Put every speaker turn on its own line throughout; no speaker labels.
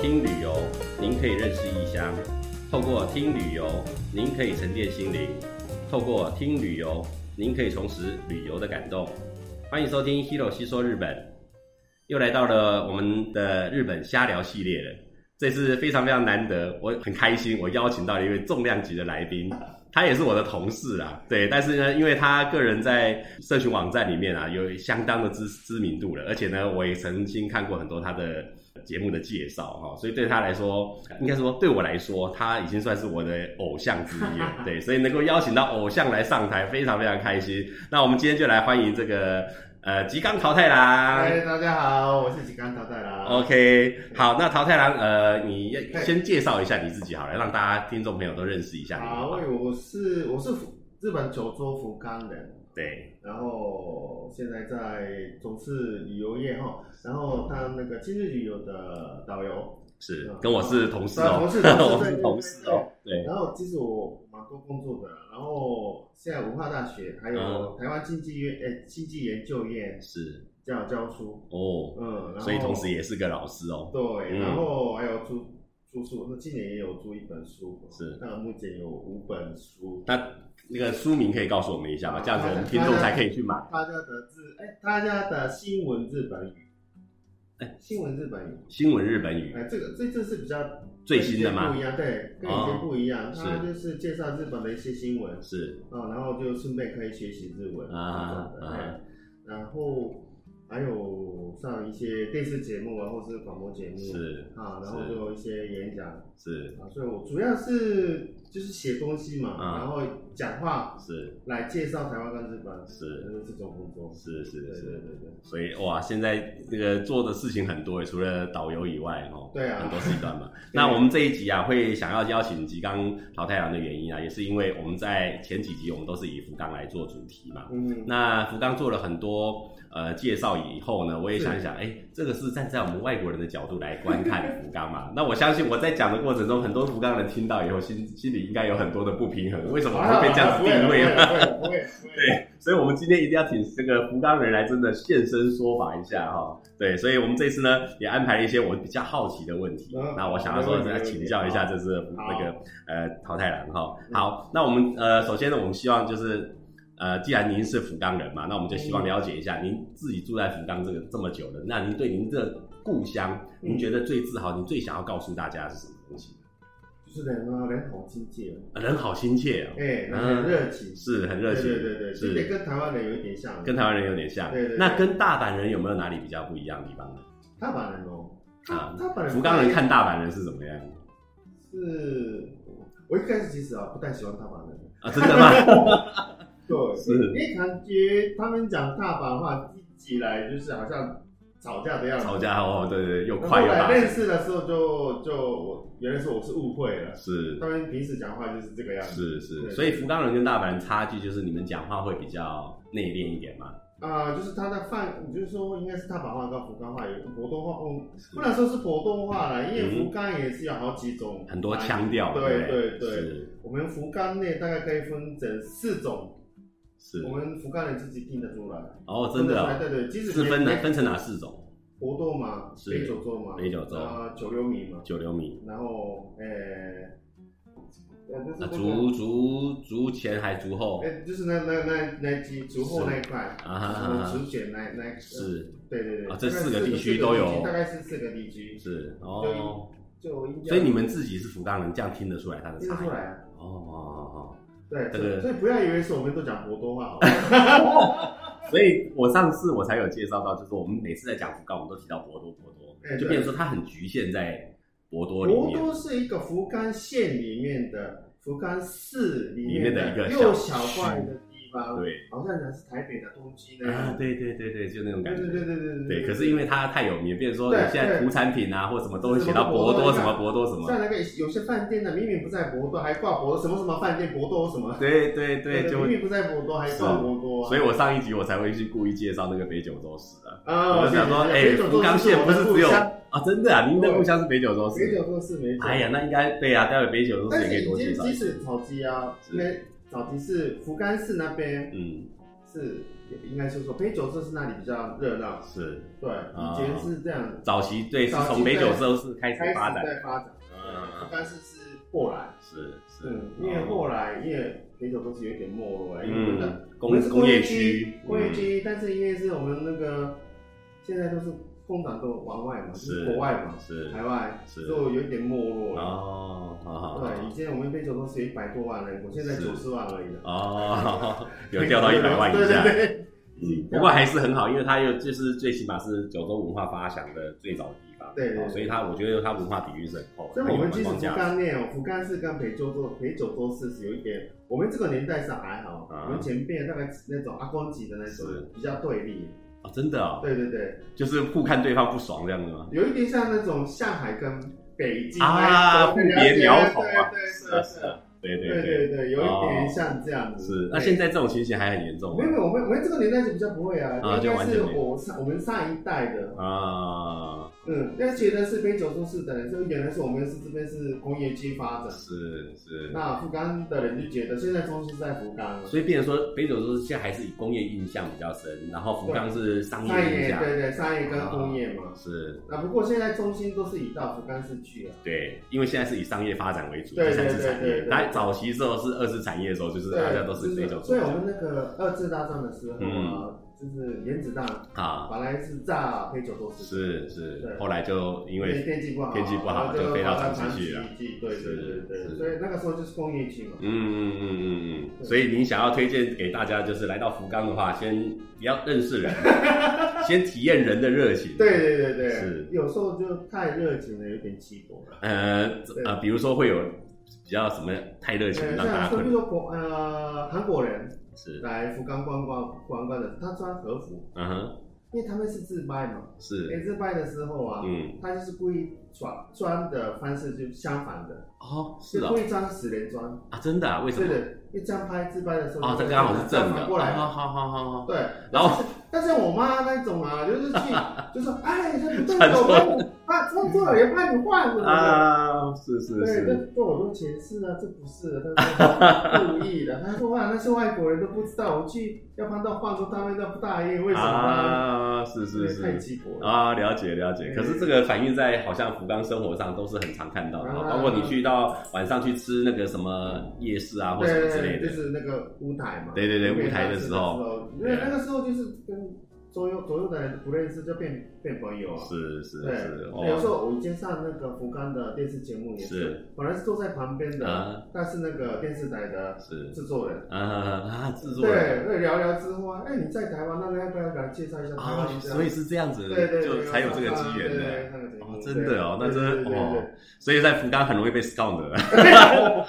听旅游，您可以认识异乡；透过听旅游，您可以沉淀心灵；透过听旅游，您可以重拾旅游的感动。欢迎收听《Hero 西说日本》，又来到了我们的日本瞎聊系列了。这次非常非常难得，我很开心，我邀请到了一位重量级的来宾，他也是我的同事啦，对，但是呢，因为他个人在社群网站里面啊有相当的知知名度了，而且呢，我也曾经看过很多他的节目的介绍哈、所以对他来说，应该说对我来说，他已经算是我的偶像之一了，对，所以能够邀请到偶像来上台，非常非常开心。那我们今天就来欢迎这个呃吉冈桃太郎。
嗨，大家好，我是吉冈淘汰啦。
哦 OK，好，那桃太郎，呃，你要先介绍一下你自己好了，让大家听众朋友都认识一下你。
好，
好吧
我是我是福日本九州福冈人，
对，
然后现在在从事旅游业哈，然后当那个今日旅游的导游，
是
嗯
跟我是同事哦、
啊同事同事
我们是
对
同事哦、对，
然后其实我蛮多工作的，然后现在文化大学还有
嗯
台湾经济院诶经济研究院
是
教教书，
哦，
嗯，然后
所以同时也是个老师哦、
对，
嗯
然后还有出出书，那今年也有出一本书，
是
那目前有五本书，
那那个书名可以告诉我们一下吗？这样子我们听众才可以去买。
大家的日哎，大家的新闻日本语，哎，新闻日本语，
新闻日本语
哎，这个这这是比较
最新的吗哦
不一？样，对，跟以前不一样，它就是介绍日本的一些新闻，
是
哦，然后就顺便可以学习日文
啊
这种的
啊
哎然后还有上一些电视节目啊，或是广播节目，
是
啊，然后
是
就有一些演讲啊，
是
所以我主要是就是写东西嘛，
啊
然后讲话
是
来介绍台湾跟日本，
是
就是这种工作，
是是
对对
是，
对对。
所以哇，现在那个做的事情很多耶，除了导游以外哦、
对啊
很多事端嘛。那我们这一集啊，会想要邀请吉冈桃太郎的原因啊，也是因为我们在前几集我们都是以福冈来做主题嘛。
嗯，
那福冈做了很多呃介绍以后呢，我也
是
想一想，哎、这个是站在我们外国人的角度来观看福冈嘛。 那我相信我在讲的过程中，很多福冈人听到以后，心心里应该有很多的不平衡，为什么我会被这样子定位？
啊不会不会不会，
对，所以我们今天一定要请这个福冈人来真的现身说法一下哈、对，所以我们这次呢也安排了一些我比较好奇的问题，
嗯
那我想要说
没问题
来请教一下，这是
好
那个呃桃太郎哈、
嗯
好，那我们呃首先呢，我们希望就是。呃，既然您是福冈人嘛，那我们就希望了解一下，
嗯
您自己住在福冈这个这么久了，那您对您的故乡，
嗯
您觉得最自豪，您最想要告诉大家的是什么东西？
就是人啊，人好亲切哦，
呃人好亲切哦，
哎，很热情，
是很热情，
对对对对，
是
这点跟台湾人有一点像，
跟台湾人有点像。
对对对
那跟大阪人有没有哪里比较不一样的地方呢？
大阪人哦，
啊
大阪人，
福冈人看大阪人是怎么样
是，我一开始其实啊不太喜欢大阪人，
啊？真的 吗？
对，
是
因为感觉他们讲大阪话，一起来就是好像吵架的样子，
吵架哦，对对，对又
然后
快又
后来
大，
认识的时候就就我原来是我是误会了，
是
他们平时讲话就是这个样
是
子。对
是，
对
所以福冈人跟大阪人差距就是你们讲话会比较内敛一点嘛。
啊、就是他的范，你就是说应该是大阪话跟福冈话有博多话，嗯，不能说是博多话啦，因为
嗯
福冈也是有好几种，
很多腔调，
对
对
对对，
是
我们福冈内大概可以分成四种，
是
我，们福冈人自己听得出来，
哦，真的
听得出来
哦，
对对，即使
是分哪
北
分成哪四种？
博多嘛，
是
北九州嘛，
北九州
啊，九流米嘛，
九流米
然后呃，呃就是
啊，
那个
足足足前还足后
呃，就是那那那那几竹后那一块，
啊哈
然
啊
后
哈，
竹简那那，
是
对对对，
啊
大
这
概
四
四
个
个
地区
四个
都
地
有
大概是四个地区，
是哦，
就应该
所以你们自己是福冈人，这样听得出来他的
听得
差异
出。来啊。
哦哦
对，
这个
所以不要以为是我们都讲博多话，好吧
哦哦，所以我上次我才有介绍到，就是我们每次在讲福冈，我们都提到博多博多，
哎对
就变成说它很局限在博多哦里
博
面，
多是一个福冈县里面的福冈市里
里面的一个
又
小
小
区
块的地方，
对
好像讲是台北的东京那
啊
样，。
对对对对，就那种
对
感
对
觉。
对对对
对，可是因为它太有名，变成说你
对
现在
对
土产品啊或什么都会写到博多
什
什么
么
博
博
多什么
像，那个有些饭店呢，明明不在博多，还挂博什么什么饭店博多什么，
对对对，就
明明不在博多，还挂博多啊，
所以我上一集我才会去故意介绍那个北九州市啊，
啊，
我就想说，哎，福冈县不是只有啊，真的啊，您的故乡是北九州
没
市，
酒做事没酒。
哎呀，，那应该对啊，待会北九州
但
市也
是
可以
已
多介绍
经
一
即
下，
使草鸡啊，
是
因为草鸡是福冈市那边
嗯，
是应该是说北九社是那里比较热闹，
是
对，以前是这样
早期对，是从北九州市啊开始
开始
发展，
在发展，
嗯
但是是后来，
是是哦
嗯，，因为后来因为北九都是有点没落了，因为我们的
嗯，
我
工
们是
工
业
业区，
工业
嗯
区，但是因为是我们那个现在都是工厂都往外嘛，
是
国外嘛，
嗯是
海外，
是
就有点没落了。
哦，好好好
对，以前我们非洲都是一百多万人口，现在
是
九十万而已了，
哦，有掉到一百万以下。
对对对，
嗯，不过还是很好，因为它又就是最起码是九州文化发祥的最早的地方，
对对对
哦所以它我觉得它文化底蕴是很厚的，
所以
很
我
有
们其
观光
实福
价值。
冈面哦，福冈市跟北九州北九州市是有一点，我们这个年代是还好，
啊
我们前辈大概那种阿公级的那
是
种比较对立，
哦，真的哦，
对对对，
就是互看对方不爽这样子吗？
有一点像那种上海跟北京
啊，互别苗头啊，
对对
是
对
啊是
是
啊，
啊
对
对
对
对
对，
对，有一点像这样子。
是。那
对
现在这种情形还很严重
没有没
吗？
有，我们我们这个年代就比较不会啊，
啊
应
就
该
完
是
全没有
我上我们上一代的，
啊，
嗯，要觉得是非九州市的人，就原来是我们是这边是工业区发展，
是是。
那福冈的人就觉得现在中心是在福冈了。
所以，变成说北九州现在还是以工业印象比较深，然后福冈是商
商
业印啊
业
象，
对对，商业跟工业嘛。
是
那不过现在中心都是移到福冈市去啊了。
对，因为现在是以商业发展为主，
对
第
对
三次产
对对
业
对。
它早期时候是二次产业的时候，就是大家都嗯是非洲
所以我们那个二次大战的时候啊，就是原子弹
啊，
本来是炸非九州市，
是是
对，
后来就因为
天气不好，
天气不好
然后
就飞到长
长
崎去了
长崎对对对对对，
是
所以那个时候就是工业区嘛
嗯。嗯嗯嗯嗯，所以您想要推荐给大家，就是来到福冈的话，先不要认识人，先体验人的热情。
对，对对对，
是
有时候就太热情了，有点气薄了。
呃
对
呃，比如说会有比较什么太热情
呃
让大家
像比
困
如，说国呃韩国人
是，
来福冈观光观光的，他穿和服，
嗯哼，
因为他们是自拍嘛，
是，
诶自拍的时候啊，
嗯，
他就是故意穿穿的方式就相反的，
哦，是
就
哦
故，意穿死人装，
啊，真的啊，为什
对
么？
的，因为这样拍自拍的时候，
哦，这刚好是正
反
的，
过来，
好好好好好，
对，
然后。
但是我妈那种啊，就是去 就说，哎，这不对的，我帮你啊，错错了，也怕你换什么的。
啊，是是
对，
是，
这这我都解释了，这不是的，他说故意的。他说哇，那些外国人都不知道，我去要帮到换说他们都不答应，为什么呢？
啊，是
因为
是
太
是。
鸡婆了。
啊，了解了解，可是这个反映在好像福冈生活上都是很常看到的，
啊
包括你去到晚上去吃那个什么夜市啊或什么
对
之
对
类
对，就
的，
是那个舞台嘛。
对对对
因为
舞台的
当时
时
的
候
候，因为那个时候就是跟左右左右的人不认识，就变变朋友啊。
是是
对
是，，
有时
哦，
候我以前上那个福冈的电视节目也是，
是
本来是坐在旁边的，
啊
但是那个电视台的
是
制作人，
啊啊，制作人
对，对，聊聊之后啊，哎，你在台湾，那要不要来介绍一下台
啊
湾？，
所以是这样子
对对，，
就才有这个机缘
对
的。
对对
哦
对
真的哦那真的
对对对对对
所以在福冈很容易被 scout 的，
啊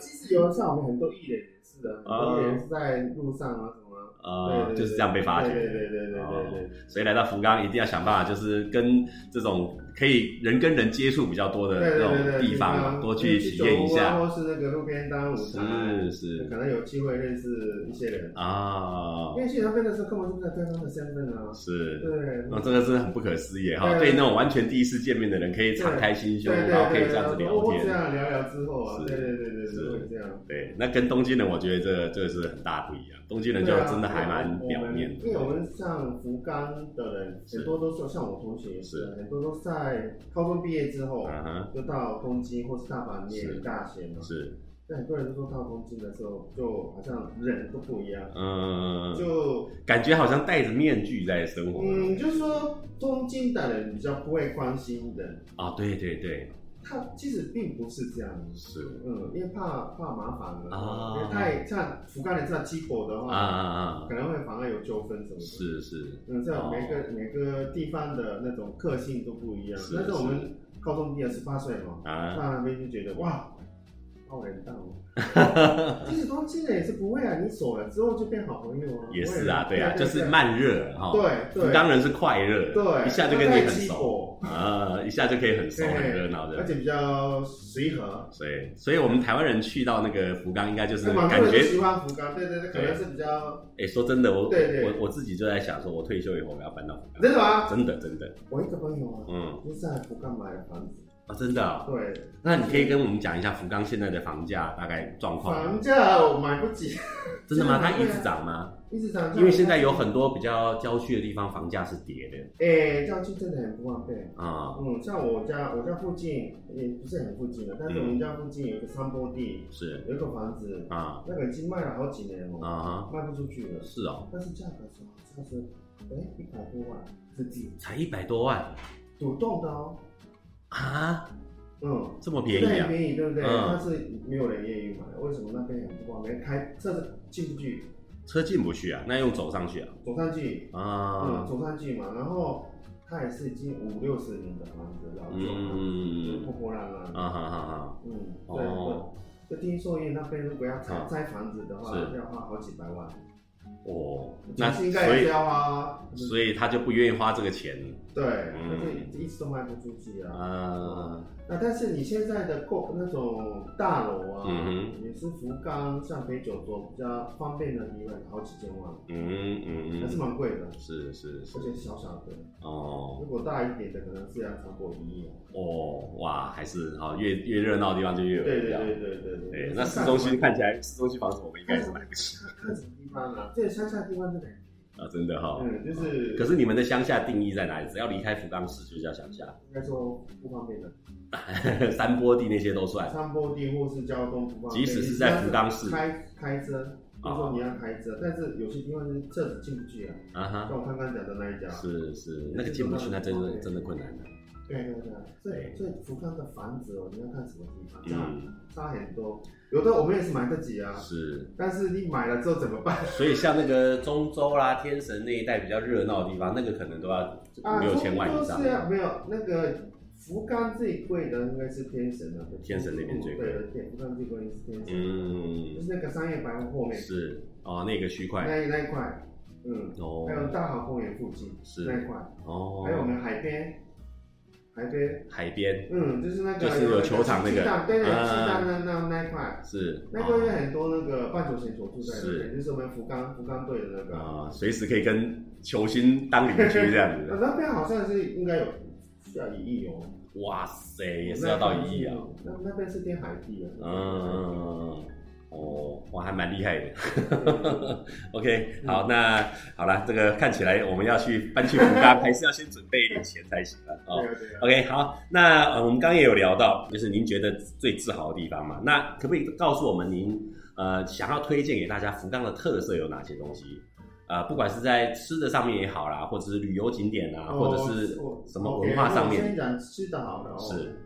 其实有像我们很多艺人也是的，很
啊
多艺人是在路上啊什么，对
啊，
对对
就是这样被发哦
对
现。
对对对对对对对
所以来到福冈一定要想办法，就是跟这种可以人跟人接触比较多的
对
那
对对
种
对，
地方，多去体验一下。
啊或是那个路边摊舞
是
台，
是
可能有机会认识一些人。
啊
因，为去那边的时候根本就不知道对方的身份啊。
是。
对，
那、真的是很不可思议哈！
对
对那种完全第一次见面的人，可以敞开心胸，
对
然后可以
对
这样子
对对，
聊
我这
天。
样聊聊之后啊，
是
对对对对
是
对，会这样。
对，那跟东京人，我觉得这个这个是很大不一样。东京人就
对啊
真的还蛮
我
表
们
面的
因为我们像福冈的人，
是
很多都是像我同学也是啊
是，
很多都在高中毕业之后
嗯哼，
就到东京或是大阪
是
念大学嘛。
是，
那很多人都说到东京的时候，就好像人都不一样，
嗯，
就
感觉好像戴着面具在生活、
嗯，就是说东京的人比较不会关心人，
啊！对对对，
他其实并不是这样的。
是
嗯，因为怕怕麻烦了，
啊
因为太像福冈人这样鸡婆的
啊
话，
啊啊，
可能会反而有纠纷什么的。，
是是
嗯，这样每个、每个地方的那种个性都不一样。
是
但是我们高中毕业十八岁嘛，
啊，
到那边就觉得哇，好人道哦。 其实东京人也是不会啊，你熟了之后就变好朋友啊。
也是啊，
不会
对啊，就是。慢热哈。
对
福
对
冈人是快热，
对，
一下就跟你很
不太鸡
熟，
婆，
啊，一下就可以很熟，
对
很热闹
而
的。
且比较随和。
所以，所以我们台湾人去到那个福冈，应该就是
那蛮
感
多人
觉
喜欢福冈，对对对，可能是比较
哎、说真的，我
对对
我我自己就在想，说我退休以后我要搬到福冈，
真的吗？
真的真的，
我一个朋友啊，
嗯，
就是在福冈买的房子，
啊，真的哦、
对，
那你可以跟我们讲一下福冈现在的房价大概状况吗
房啊价我买不起，
真的吗？它
现在
一直涨吗？
一直涨价。
因为现在有很多比较郊区的地方房价是跌的
哎，郊区真的很不方便。
啊、
嗯，像我家，我家附近也不是很附近的，但是我
嗯
们家附近有一个山坡地，
是
有一个房子，
啊
那个已经卖了好几年了，
啊哈，
卖不出去了。
是哦，
但是价格是差是，哎，一百多万日币，
才一百多万
主动的哦，
啊，
嗯，
这么
真
便
的
宜
很
啊？
便宜，对不对？
嗯
但是没有人愿意买，为什么那边很不方便？开车子进不去，
车进不去啊，那用走上去啊？
走上去，嗯，
啊，
走上去嘛，然后它也是已经五六十年的房子，老旧嘛，就
嗯
破破烂烂
啊
的，
哈哈
嗯，对对。
哦
就听说，因为那边如果要拆
嗯
拆房子的话，
是
要花好几百万，
哈，哦，那
那应该
所
也是
以
要花，
所以他就不愿意花这个钱
对，
嗯
可是一直都卖不出去啊。
啊，
那但是你现在的购那种大楼啊，
嗯
也是福冈像北九州比较方便的，你买好几千万，
嗯
还是
嗯，
蛮贵的，
是是
而
是，
且小小的。
哦。
如果大一点的，可能是要超过一亿啊。
哦，哇，还是好，越越热闹的地方就越有
对
人
对
要。
对对对对
对那市中心看起来，市中心房子我们应该是买不起
看什么地方啊？这乡下地方真的，
啊，真的哈、
嗯，就是
可是你们的乡下定义在哪里？只要离开福冈市就叫乡下，
应该说不方便的，
山坡地那些都算。
山坡地或是交通不方便。
即使是在福冈市啊
你开开车，就说你要开车，但是有些地方是车子进不去啊，
啊
像
哈，
我刚刚讲的那一家。
是是，那个进不去，那真的真的困难的。
对对对，所
对
以所以福冈的房子哦，你要看什么地方，差
嗯，
差很多。有的我们也是买得起啊，
是。
但是你买了之后怎 么办
所以像那个中州啦、天神那一带比较热闹的地方，那个可能都要
啊？
五六千万以上
是。啊，没有那个福冈最贵的应该是天神了，
天神那边最贵
对对对，福冈最贵的是天神，就
嗯，
是那个商业百货后面
是哦，那个区块
那一那一块，嗯，
哦
还有大好公园附近
是
那一块，
哦，
还有我们海边，海边，
海边
嗯，就是那个
就是有球场那个
鸡蛋对对，鸡
啊
蛋那那那一块。
是
那个月很多那个棒球选手住在那
是
边，就是我们福冈福冈队的那个。
啊，随时可以跟球星当邻居这样
呃
子。
那边好像是应该有需要一亿哦，
哇塞，也是要到一亿啊！
那那边是天海地啊。
嗯，哦，哇，还蛮厉害的。
嗯，
OK，
嗯
好，那好了，这个看起来我们要去搬去福冈，还是要先准备一点钱才行了哦。
对啊对啊。
OK，好，那呃我们刚刚也有聊到，就是您觉得最自豪的地方嘛？那可不可以告诉我们您呃想要推荐给大家福冈的特色有哪些东西？呃，不管是在吃的上面也好啦，或者是旅游景点啊，或者是
哦
什么文化上
OK，那我
面，
先讲吃的好了哦。
是。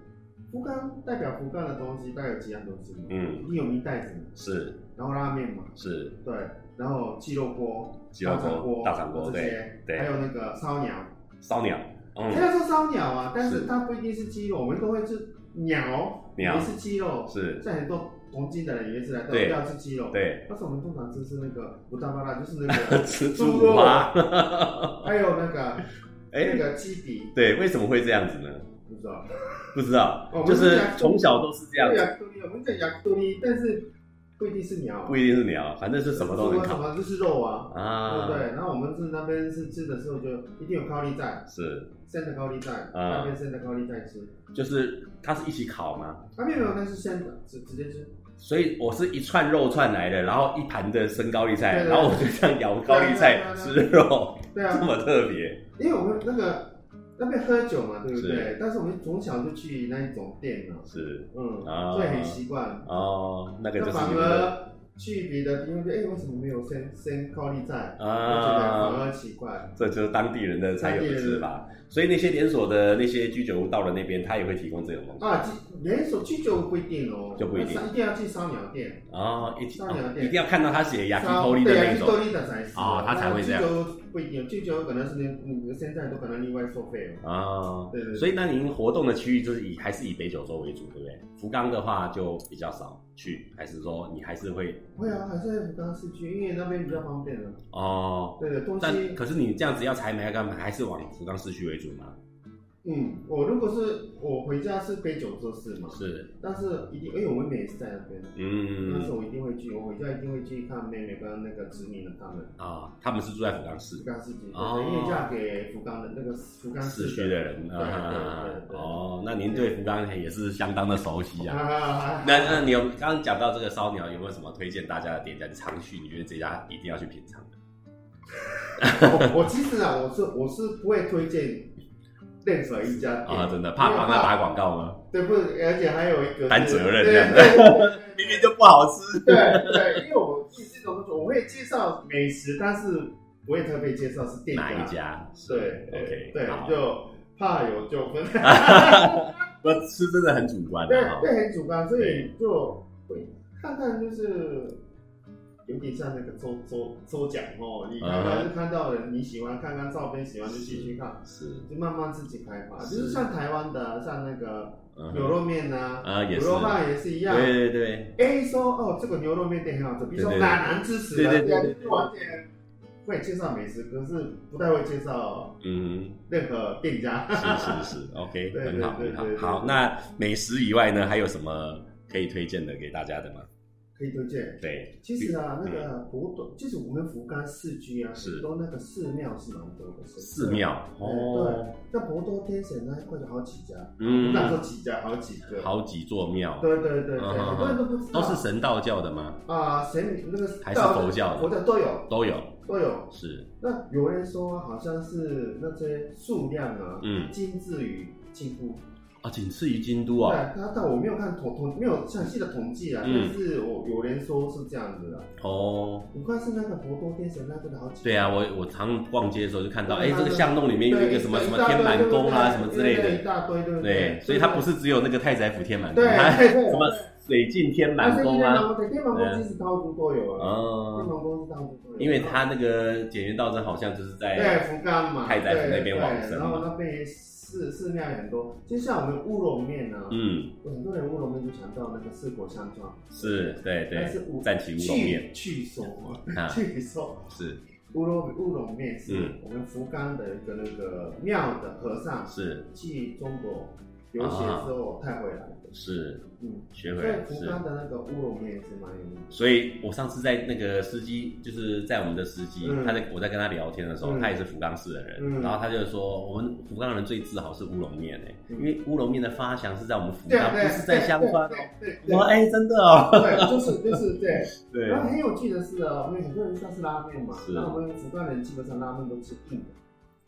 福冈代表福冈的东西，大概有几样东西嘛？
嗯，
一定有明太子，
是
然后拉面嘛，
是
对，然后鸡肉锅、
鸡肉锅大
大
肠
肠
锅
锅这些，
对对
还有那个烧鸟，
烧鸟，嗯
它，叫做烧鸟啊，但
是
是它不一定是鸡肉，我们都会吃鸟，哦
鸟
也是鸡肉。
是，
像很多东京的人也是来到
对
要吃鸡肉，。
对，
但是我们通常吃是那个不大巴拉，就是那 个，
吃
猪
猪啊，
还有那个
哎
那，个鸡皮，
对，为什么会这样子呢？
不知道。
不知道
哦，我们
就是
讲
从小都是这样
对
子，
雅克多利，我们讲雅克多利，但是不一定是鸟，啊
不一定是鸟，反正是什么都能
什
烤
么就是肉啊，对
啊，
不对？然后我们是那边是吃的时候就一定有高丽菜，
是。
生的高丽菜，
嗯
那边生的高丽菜吃，
就是它是一起烤嘛，
那边没有，但是生的直直接吃。
所以我是一串肉串来的，然后一盘的生高丽菜，
对对
然后我就这样咬高丽菜
对
吃
对
肉，
对啊
这，么特别
因为我们那个那边喝酒嘛，对不对
是？
但是我们从小就去那一种店嘛，
是
嗯，
啊
所以很习惯。
哦，那个
那
就是
反
你们的
而去别的地方，就哎、为什么没有生生高丽菜？我觉得反
啊，
而奇怪。
这就是当地人的才有的吃
当
法。所以那些连锁的那些居酒屋到了那边，他也会提供这种东西
啊，去连锁居酒屋不一定哦，
就不一定
但是一定要去烧鸟店，
哦，一
烧鸟
哦
店
一定要看到他写雅基
烧
托利的
对
那
亚多
种
利的才是
哦他才会这样
那居酒屋不一定，居酒屋可能是那那个现在都可能另外收费哦。
哦。
对对对
所以那您活动的区域就是以还是以北九州为主，对不对？福冈的话就比较少去，还是说你还是会
会啊，还是刚刚市区，因为那边比较方便了。
哦？
对的，东
但
西
可是你这样子要采买要干嘛？还是往福冈市区为主吗？
嗯，我如果是我回家是杯酒做事嘛，
是，
但是一定，因为我妹妹也是在那边，但是
嗯，
我一定会去，我回家一定会去看妹妹跟那个侄女的他们。
啊，他们是住在福冈市
福冈市集，
哦
对，因为嫁给福冈的那个福冈
市
市
区的人
对
啊
对对，对。
哦，那您对福冈也是相当的熟悉啊。
啊
那那你有刚刚讲到这个烧鸟，有没有什么推荐大家的店家？你常去，你觉得这家一定要去品尝的？
我我其实啊，我是我是不会推荐任何一家店
啊，真的怕帮他打，广告吗？
因为怕对不？而且还有一个是
担责任
对
这样
对对对
明明就不好吃。
对对，因为我自己这种我会介绍美食，但是不会特别介绍是店
哪一？家？
对
，OK，
对
好，
就怕有纠纷，
不吃真的很主观的
对
哈。
对，很主观，所以就会看看就是。有点像那个抽抽抽奖哦，你看到就看到人，你喜欢看看照片，喜欢就继续看，
是，
就慢慢自己开发。
是
就是像台湾的，像那个
嗯
牛肉面呐、
啊也
牛
是
肉饭也是一样。
对对对，
A 说哦，这个牛肉面店很好吃，比如说
对对对
哪南支持的，
对对对对对
这完全会介绍美食，可是不太会介绍
嗯，
任何店家。
是是是，OK，
对
很好
对
很
对
好
对。对
好，那美食以外呢，还有什么可以推荐的给大家的吗？
可以推荐。
对，
其实啊，那个博多，就是我们福冈市区啊，
嗯是
很多那个寺庙是蛮多的。
寺。庙哦，
那博多天神那一块有好几家，
嗯，
那时候几家，好几个。。
好几座庙，
对对对对，
嗯
很多人都不知道。
都是神道教的吗？
啊，神那个
还是佛教的
佛教都有
都有，
都有。
是，
那有人说好像是那些数量啊，
嗯，
精致于进步。
啊，仅次于京都
对
啊，，
但但我没有看统统没有详细的统计啊，
嗯
但是我有人说是这样子的。
哦，
我看是那个博多天神那个的好几
对啊，我我常逛街的时候就看到，
对
哎，
它
这个
是
巷弄里面有一个什么什么天满宫啊，什么之类
一
的，
大堆对不
对，所以它不是只有那个太宰府天满宫，
对
它
对对
什么水镜天满宫啊，，
对天满宫其实到处都有啊，天
嗯，
满宫是到处都有，
因为它那个简约道真好像就是
对
在，
福冈嘛，
太宰府那边往
对
生
对
嘛
然后那边寺寺庙也很多，就像我们乌龙面啊，
嗯，
有很多人乌龙面就想到那个四国香庄，
是，对
但
对
是，乌
战旗乌龙面
去去说嘛，
啊，
去说
是
乌龙乌龙面是
嗯
我们福冈的一个那个庙的和尚
是
去中国游学之后带回来的，
是
嗯，
学
所
回来
以福
是。
冈的那个乌龙面是蛮有名的。
所以我上次在那个司机，就是在我们的司机，
嗯
他在我在跟他聊天的时候，
嗯
他也是福冈市的人，
嗯
然后他就说，我们福冈人最自豪是乌龙面诶，
嗯
因为乌龙面的发祥是在我们福
对
冈，不
对，
是在香川哦。
对对
我
对嗯
说哎，真的哦，
对，就是就是对。
对
然后很有趣的是啊，我们很多人像是拉面嘛，
是
那我们福冈人基本上拉面都吃硬的，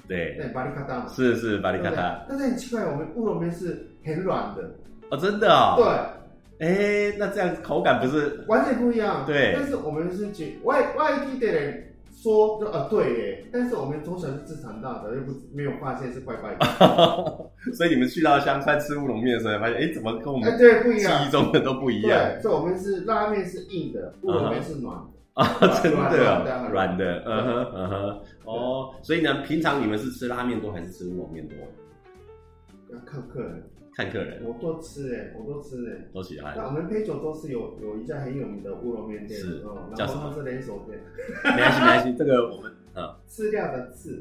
对，
对，巴里卡达嘛，
是是巴
巴
里卡塔
但是很奇怪，我们乌龙面是很软的，
哦，真的哦，
对，
哎，那这样口感不是
完全不一样。
对
但是我们是觉外外地的人说，就呃对耶，但是我们从小是吃长大的，又不没有发现是怪 怪的，
嗯所以你们去到香川吃乌龙面的时候，发现哎，怎么跟我
哎，
们
对，不一
记
样
忆。中的都不一样
对，所以我们是拉面是硬的，乌龙面是软的。
啊？真的
软
哦
的
软的，嗯哼嗯哼，哦，所以呢，平常你们是吃拉面多还是吃乌龙面多？
要看客人，
看客人
我都吃哎，我都吃哎。
都喜 欢
那，我们啤酒都是有有一家很有名的乌龙面店，
是
哦
叫
然
什
后
么
它是连锁店，
没关系没关系，这个我们
饲料的饲，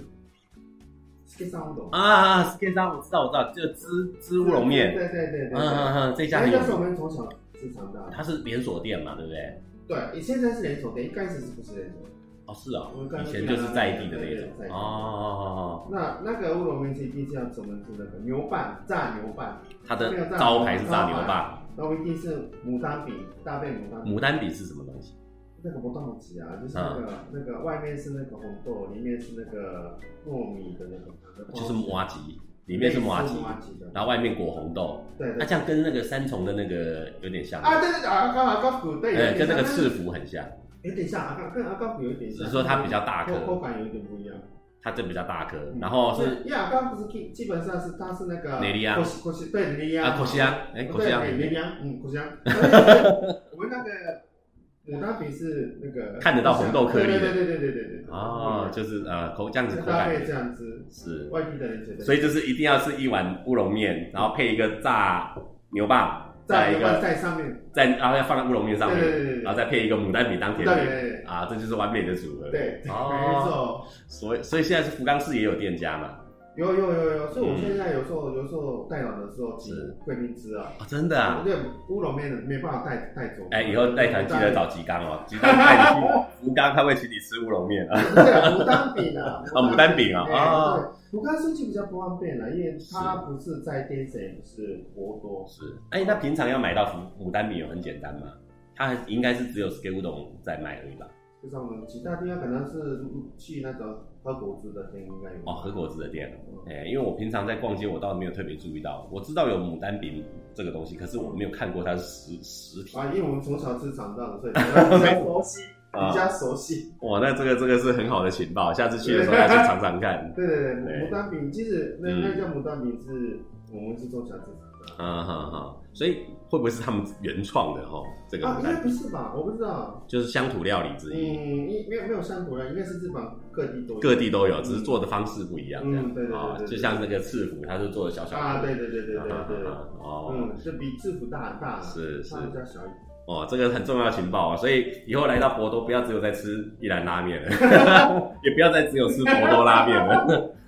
是个上懂，
啊，skin 上我知道我知道，就芝芝乌龙面，
对对对
嗯
对对，
嗯嗯，这家
那
很有
是我
名，
们从小吃长大的。
它是连锁店嘛，对不对？
对，你现在是连锁店，一开始是不是连锁？
哦，是哦
我，刚
以
才
前就是在地的那
对对
种
在，地
哦哦哦，
那那个乌龙面是一定是要怎么吃那个牛拌炸牛拌，
哦它的招牌是炸牛蒡，
然后一定是牡丹饼，大杯牡丹饼，
牡丹饼是什么东西？
那个不当鸡啊，就是那个、那个外面是那个红豆，里面是那个糯米的那个，
就是麻吉，里面是麻吉，
麻吉的，
然后外面裹红豆，
对
那
对
这样跟那个三重的那个有点像，
啊对对对，阿高阿高骨对，
呃，
有
跟
点
那
像
个赤福很像，
有点像阿高跟阿高骨有点
只
像，
是说它比较大
口口
颗，
感有点不一样。
它这比较大颗，
嗯
然后是
因为阿高不是基基本上是它是那个
内里亚
国西国西对内里亚
啊，口香，哎，口香
对，绵羊，嗯，口香。 我们那个牡丹饼是那 个
看得到红豆颗粒的
对对对对对对对。
哦，就是呃口这样子
是
口
搭
感
配这样子，
是，
外地的人觉得。
所以就是一定要是一碗乌龙面，然后配一个炸牛蒡，再
在
一个
在上面，
再然后要放在乌龙面上
对对
面，
对对，
然后再配一个牡丹饼当
对
甜
对
品
对
啊，这就是完美的组合。
对，对没
哦，
错，
所以所以现在是福冈市也有店家嘛，
有有有有，所以我现在有时候、有时候带脑的时候请
嗯是
贵宾吃啊，
哦，真的啊
我！这乌龙面没办法带带走。
哎，以后带团记得找吉刚哦，吉刚带 你去，福刚他会请你吃乌龙面啊。
不是啊牡丹饼 啊，
啊牡丹饼啊
哎
啊
对，牡丹事情比较不方便啊了，因为它不是在滇省，也不是博多，
是，哎，那平常要买到牡牡丹饼有很简单吗？它还应该是只有 s k u d o n 在卖而已吧？
就像我们其他地方可能是去那种喝果汁的店应该有
哦，和果子的店，哎、因为我平常在逛街，我倒没有特别注意到，我知道有牡丹饼这个东西，可是我没有看过它是实实体
啊，因为我们从小吃长大的， 所以比较比较熟悉，
啊
比。较熟悉。
哇，那这个这个是很好的情报，下次去的 时候要去尝尝看。
对对对，
啊对
牡丹饼，其实那
嗯
那叫牡丹饼是我们是从小吃长大
啊哈哈，所以会不会是他们原创的哈？这
的。
个
啊，
牡
应该
丹
不是吧？我不知道。
就是乡土料理之一，
嗯，应没有没有香港人，应该是日本各地都有
各地都有，只是做的方式不一样这样
嗯对对对
啊
对。对
就像那个赤府，它是做的小小的
啊，对对对对对
啊
对
啊啊。啊哦，
嗯，是比制服大很大，
是是
它比较小一点。
哦，这个很重要的情报啊，所以以后来到博多，不要只有在吃一兰拉面了， 也不要再只有吃博多拉面了。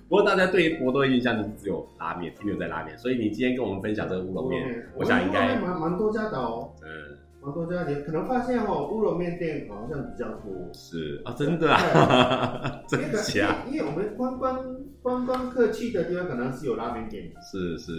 不过大家对于博多的印象就是只有拉面，停留在拉面。所以你今天跟我们分享这个乌龙
哦
面，我想应该
乌龙面蛮蛮多家的哦，
嗯，
蛮多家，你可能发现哦，乌龙面店好像比较多。
是啊，真的啊， 真
因为
假？
因为因为我们观光观光客去的地方可能是有拉面店，
是是，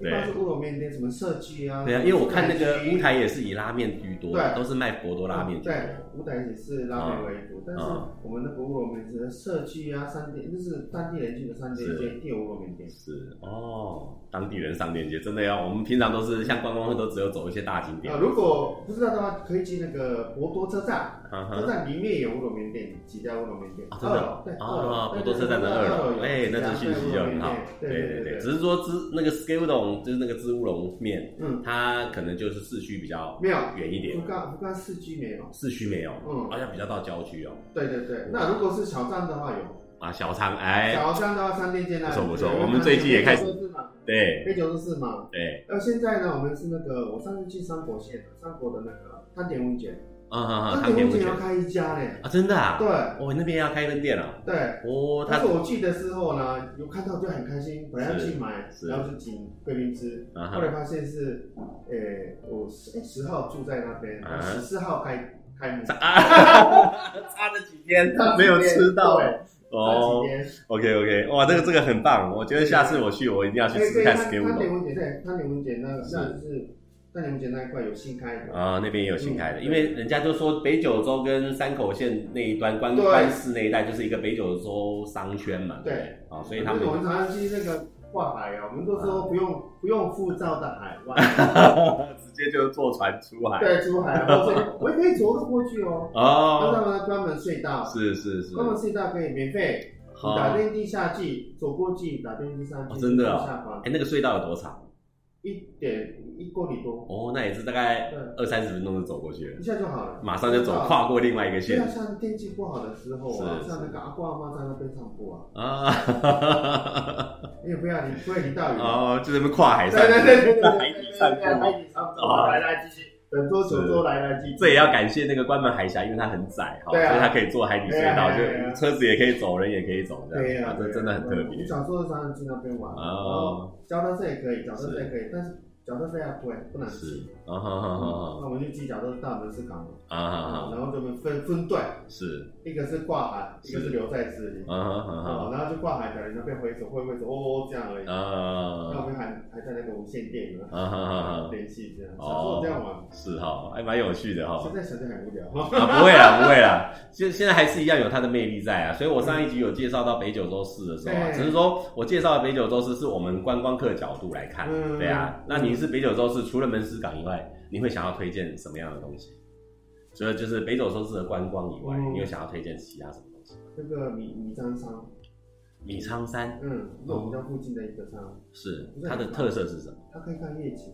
一般是乌龙面店，什么社区啊。
对啊，因为我看那个
舞
乌台也是以拉面居多，
对
都是卖博多拉面居多。
对，舞台也是拉面为主，但是
嗯
我们那个乌龙面是社区啊，商店就是当地人去的商店街，店乌龙面店。
是哦，当地人上链接真的要，我们平常都是像观光客都只有走一些大景点
啊，，如果不知道的话，可以去那个博多车站。
哈哈
车站里面有乌龙面店，几家乌龙面店，
啊啊真
二
的
楼对，
啊
二楼
博多车站的二楼哎那这讯息就很好，
对
对
对
对对，
对，
只是说芝那个 scale 龙就是那个芝乌龙面，
嗯，
它可能就是市区比较
没有，
远一点啊
福，冈福冈市区没有，
市区没有，
嗯
好像比较到郊区哦。
对对对，那如果是小站的话有，
啊，小仓哎，
小站的话商店街那里
不错不错
对
我们最近也开始
黑九十四嘛
对
黑九十四嘛，
对，
呃，现在呢，我们是那个，我上次去三国县，三国的那个汤田温泉，
啊哈哈，
汤
汤
田
田
温
温
泉要
泉
开一家嘞，
啊，真的啊，
对
哦，那边要开分店了，
对。
哦，
但
他
是我去的时候呢，有看到就很开心，本来要去买，
是
然后就请贵宾吃，
啊
后来
哈，
发现是，诶、我十诶十号住在那边，
啊
十四号开开幕，
啊差了几天没有吃到
对，
哦
那几天，
，OK OK，哇，这个这个很棒，我觉得下次我去我一定要去
对
试试
对，
看
他他
scale
点
龙
文姐对，他点文姐那个
是
那就是他点文姐那一块有新开的，
啊，那边也有新开的，
嗯
因为人家就说北九州跟山口县那一端关
对
关市那一带就是一个北九州商圈嘛，
对
不啊，所以他们
就是我们常常去那个挂海啊，我们都说不用、不用护照的海外，
直接就坐船出海
对，出海，然后说我也可以走路过去哦，那
哦，
他们关门隧道，
是是是，
关门隧道可以免费，你
好，
打
哎，
电梯下去，走过去打电梯上去，
哦真的啊
下方
那个隧道有多长？
一点一公里多，
哦，那也是大概
对，
二三十分钟就走过去了
一，下就好了。
马上就走跨过另外一个
对
县
啊，像天气不好的时候啊，
是
像那个阿公阿妈在那边散步啊，
啊，
你也不要淋，不会淋到 雨。
哦，就这么跨海
对
上，
对对对对，
在海底散
对对对
步。
海底散步，
哦
来来去去，等多久都来来去去。
这也要感谢那个关门海峡，因为它很窄哈，所
对啊
以它可以坐海底隧道，
对啊对啊
就车子也可以走，人也可以走，这
对
样
呀
啊，，这真的很特别
你。小时候常常去那边玩，然后
哦，
脚踏车也可以，脚踏车也可以，但是脚踏车要贵，不能
是
骑。嗯
啊哈哈哈
那我们就骑脚踏车到门市港了，
哈啊哈哈，
然后就分分分段，
是
一个是挂海，一个是留在市里，
啊哈哈哈
哦，然后就挂海的人那边挥手挥挥手，哦这样而已。那我
啊
们还还在那个无线电呢，
啊哈哈哈，
联系这样，小
哦
时候这样玩，
是哈，还蛮有趣的哈
现。在想想很无聊。
啊，不会啦，不会啦，现现在还是一样有它的魅力在啊。所以我上一集有介绍到北九州市的时候啊，
对
只是说我介绍的北九州市是我们观光客角度来看，
嗯
对啊。那你是北九州市除了门司港以外，你会想要推荐什么样的东西？除了就是北九州市的观光以外，
嗯
你有想要推荐其他什么东西？
这个米米张山，
米仓山
嗯，是我们家附近的一个山，
是
不是
它的特色是什么？
它可以看夜景。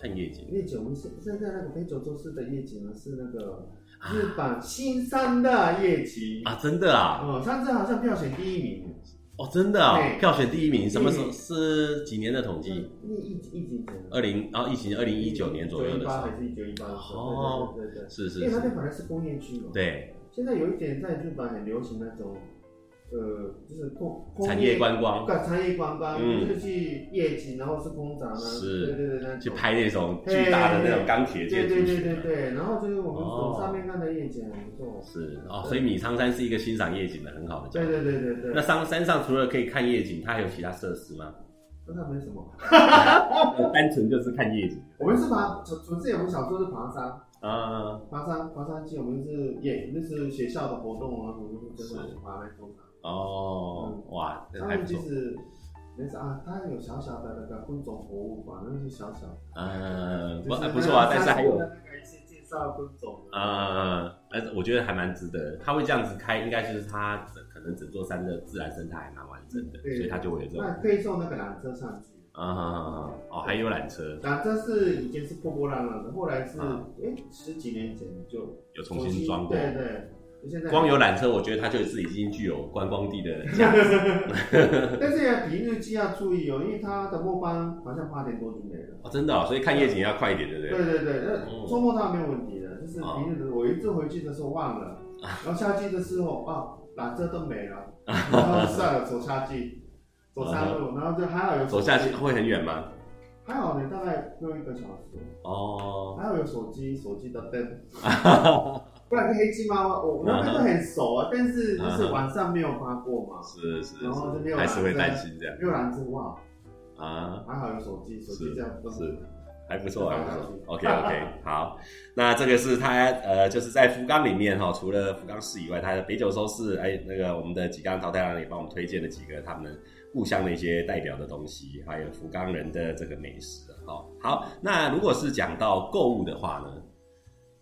看夜景
夜景，我们现现在那个北九州市的夜景呢是那个日本新山的夜景。
啊，真的啊，
哦，上次好像票选第一名，
哦，真的啊
对，
票选第一名，什么时候
嗯
是几年的统
一
计？
一一几年？
二零啊，疫情二零一九年左右的时
1918
候
还，是一九一八的时候？
哦
对对对对
是
对，
是
因为它
是
那，本来是工业区嘛。。
对。
现在有一点在日本很流行那种呃，就是空空
产业观光，
干产业观光，
嗯
就是去夜景，然后是空场啊，
是
对对对，那种
去拍那种巨大的那种钢铁建
对
筑
对对
群
对
啊。
对，然后就是我们
哦
从上面看的夜景很不错，
是哦，所以米仓山是一个欣赏夜景的很好的角
对
度。
对对对对，
那山山上除了可以看夜景，它还有其他设施吗？呃
那那没什么，
单纯就是看夜景
我们是爬，我们之前我们小时候是爬山，
啊，
爬山爬山去，我们是也就是学校的活动啊，我们就是爬那种。
哦，哇，那
他
还
们
不
其
错。
实没啥啊，它有小小的那个昆虫博物馆，那是小小的，
呃，
就是
不
那个
不错啊，但是还有
那个一些介绍昆虫的，
呃，但是我觉得还蛮值得。他会这样子开，应该就是他可能整座山的自然生态还蛮完整的，
嗯对
所以他就会有这种
那可以送那个缆车上去。
啊、哦，还有缆车
缆车是以前是破破烂烂的，后来是
啊
哎十几年前就
有重新装过。
对对，就现在
光有 缆车，我觉得它就是已经具有观光地的价值。
但是也平日期要注意哦，因为它的末班好像八点多就没了。
哦，真的、哦，所以看夜景要快一点，对哦不对？
对对对，
哦
那周末倒没有问题的，就是平日的我一次回去的时候忘了，然后下机的时候啊，缆车都没了，然后算了，走下去，走山路，然后就还好有手
嗯走
机
下去，会很远吗？
还好呢，大概不用一个小时，
哦，
还好有手机，手机的灯，不然黑漆猫，我我那边都很熟啊，但是就是晚上没有发过 嘛，
是是
然后就没
是，
哦有
还是会
缆车
担心这样
没有缆车哇，
啊，
还好有手机，手
是
机这样灯
是还不错，还不错。
嗯
OK OK，好，那这个是它呃，就是在福冈里面哈、除了福冈市以外，它的北九州市哎，那个我们的几冈淘汰郎也帮我们推荐了几个他们故乡的一些代表的东西，还有福冈人的这个美食哦。好，那如果是讲到购物的话呢，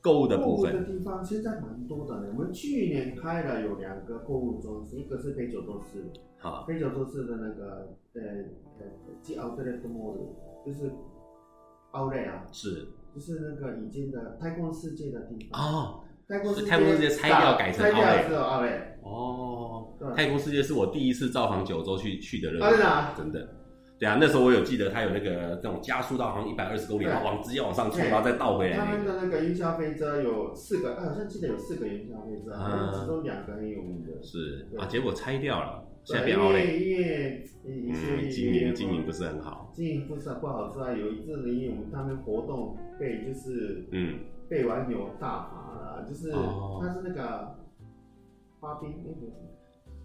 购物的
购
部
物的
分
地方现在蛮多的呢。我们去年开了有两个购物中心，一个是北九州市，
好
北九州市的那个呃呃，即 outlet mall，就是呃 outlet 啊，
是
就是那个以前的太空世界的地方。
哦。
太空世
太空世界拆掉改成
拆
outlet
掉之后 outlet，
哦
对，
太空世界是我第一次造访九州去去的热
啊真的啊
真的。对啊，那时候我有记得它有那个那种加速到好像一百二十公里，
对
然后往直接往上冲，
对
然后再倒回来
他
那
们
个。
的那个云霄飞车有四个，哎好像记得有四个云霄飞车，
嗯
好像其中两个很有名的。
是
对
啊，结果拆掉了，现在
对
变
因
奥莱。
为因为因为
嗯，经营经营不是很好。
经营不是不好之外，有一阵子因为我们他们活动被就是
嗯，
被网友大罚了，就是
哦
他是那个花冰那个什么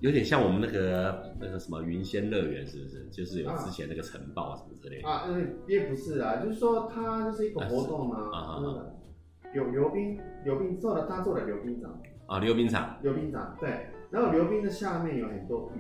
有点像我们那个那个什么云仙乐园，是不是？就是有
啊
之前那个城堡什么之类的。
啊，嗯，也不是啦，就是说他就是一个活动嘛，
啊啊啊
那个有刘冰，刘冰做了他做了溜冰长，
啊，溜冰场
溜冰长对，然后溜冰的下面有很多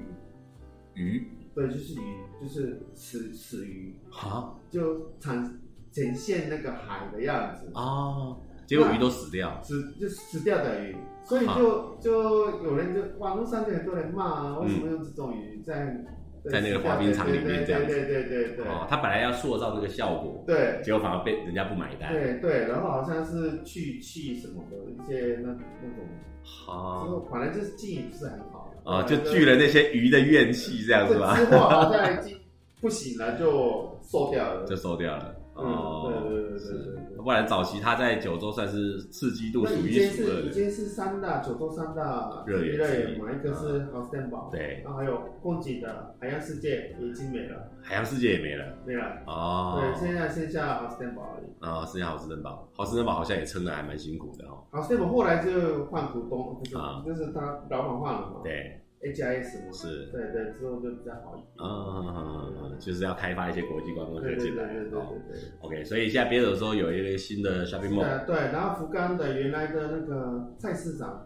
鱼，
鱼
对，就是鱼，就是死死鱼，
啊
就呈呈现那个海的样子
哦，结果鱼都死掉。
死就死掉的鱼，所
啊
以就就有人就网络上就很多人骂啊，为什么用这种鱼在
嗯在那个滑冰场里面这样子
对对对对对
哦，它本来要塑造那个效果，
对
结果反而被人家不买单。
对对，然后好像是去气什么的一些那那种，之
好。
后反正就是记忆不是很好
啊，哦就聚了那些鱼的怨气，这样是
这之
吧？
后好像已经不行了，就瘦掉了
就。收掉了。
嗯
哦，
对对对对
是
对对
不然早期他在九州算是刺激度
那
数
以
一
前
数二
是以
的。
前是三大九州三大
热源之一
热源嘛，一个是 h o u s t e n 堡，
对，
然后还有空景的海洋世界已经没了，
海洋世界也没了。
没了。
哦，
对，现在剩下 h o u s t e n 堡而已。
啊，剩下好斯登堡，好斯登堡好像也撑的还蛮辛苦的哦。
h o u s t e n 堡后来就换股东，不是，
啊
就是他老板换了嘛，
对，
，HIS 嘛，
是，
对对，之后就比较好一点。
嗯，就是要开发一些国际观光
对
客
对
进
对
来。
对对
哦
对对。
OK，所以现在别的州有一个新的 shopping mall，
对对，然后福冈的原来的那个菜市场，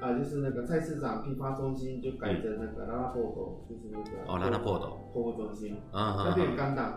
啊、就是那个菜市场批发中心就改成那个拉拉波多，就是那个
哦，拉拉破斗，
购物中心，
嗯
那
嗯
边有
嗯，
钢弹，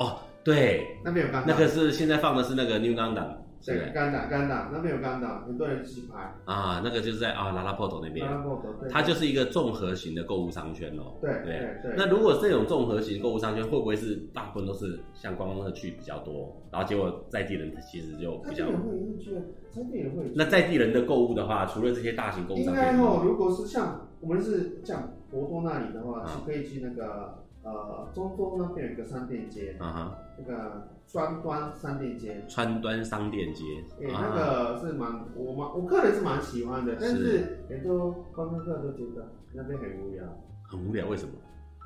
哦，对，
那边有钢弹，
那个是现在放的是那个 New Gundam，是不
对
是？
钢弹钢弹，那边有钢弹，很多人去拍
啊，那个就是在啊拉拉破斗那边
拉，拉波多，对，
它就是一个综合型的购物商圈喽。
对
对
对对，
那如果这种综合型购物商圈，会不会是大部分都是像观光客去比较多，然后结果在地人其实就
他
比
这
较
边也……会有去，他这边也会有去
那在地人的购物的话，除了这些大型购物
应
商
该
圈，
哦，如果是像我们是像博多那里的话，
啊
是可以去那个呃呃中州那边有一个商店街，
啊哈，
那个川端商店街，
川端商店街
哎、那
啊，
个是蛮我蛮我个人是蛮喜欢的，但
是
是很多观光客都觉得那边很无聊。
很无聊，为什么？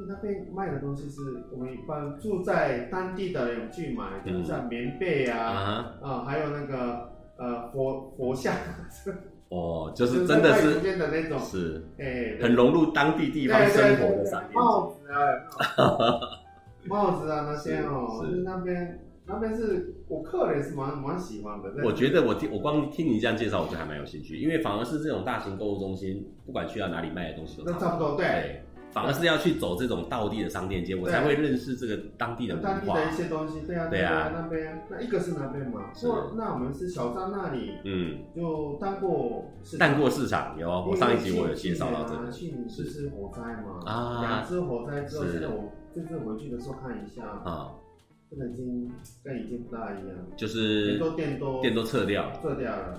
因为那边卖的东西是我们一般住在当地的人去买，比如像棉被啊，
啊哈，
啊，还有那个呃佛佛像，
哦，就是真的
外
是
国间的那种，
是
哎、
很融入当地地方生活的商店
对对对
街，
帽子啊，帽子啊那些 哦，
是是
就是那边那边是我个人是蛮蛮喜欢的。但是
我觉得我听我光听你这样介绍，我就还蛮有兴趣，因为反而是这种大型购物中心，不管去到哪里卖的东西都
那差不多对，
对，反而是要去走这种道地的商店街，我才会认识这个当地的文
当地
化。
的一些东西，对啊，
对啊
那边那一个是那边嘛，
是
那那我们是小站那里
嗯，
就当过是
淡过市场有，我哦上一集我有介绍到这个，
去年是是火灾嘛，
啊
两次火灾之后，
是
现在我这次回去的时候看一下，
啊，
真的已经跟以前不大一样，
就是
很多店都
店都撤掉了。
撤掉了，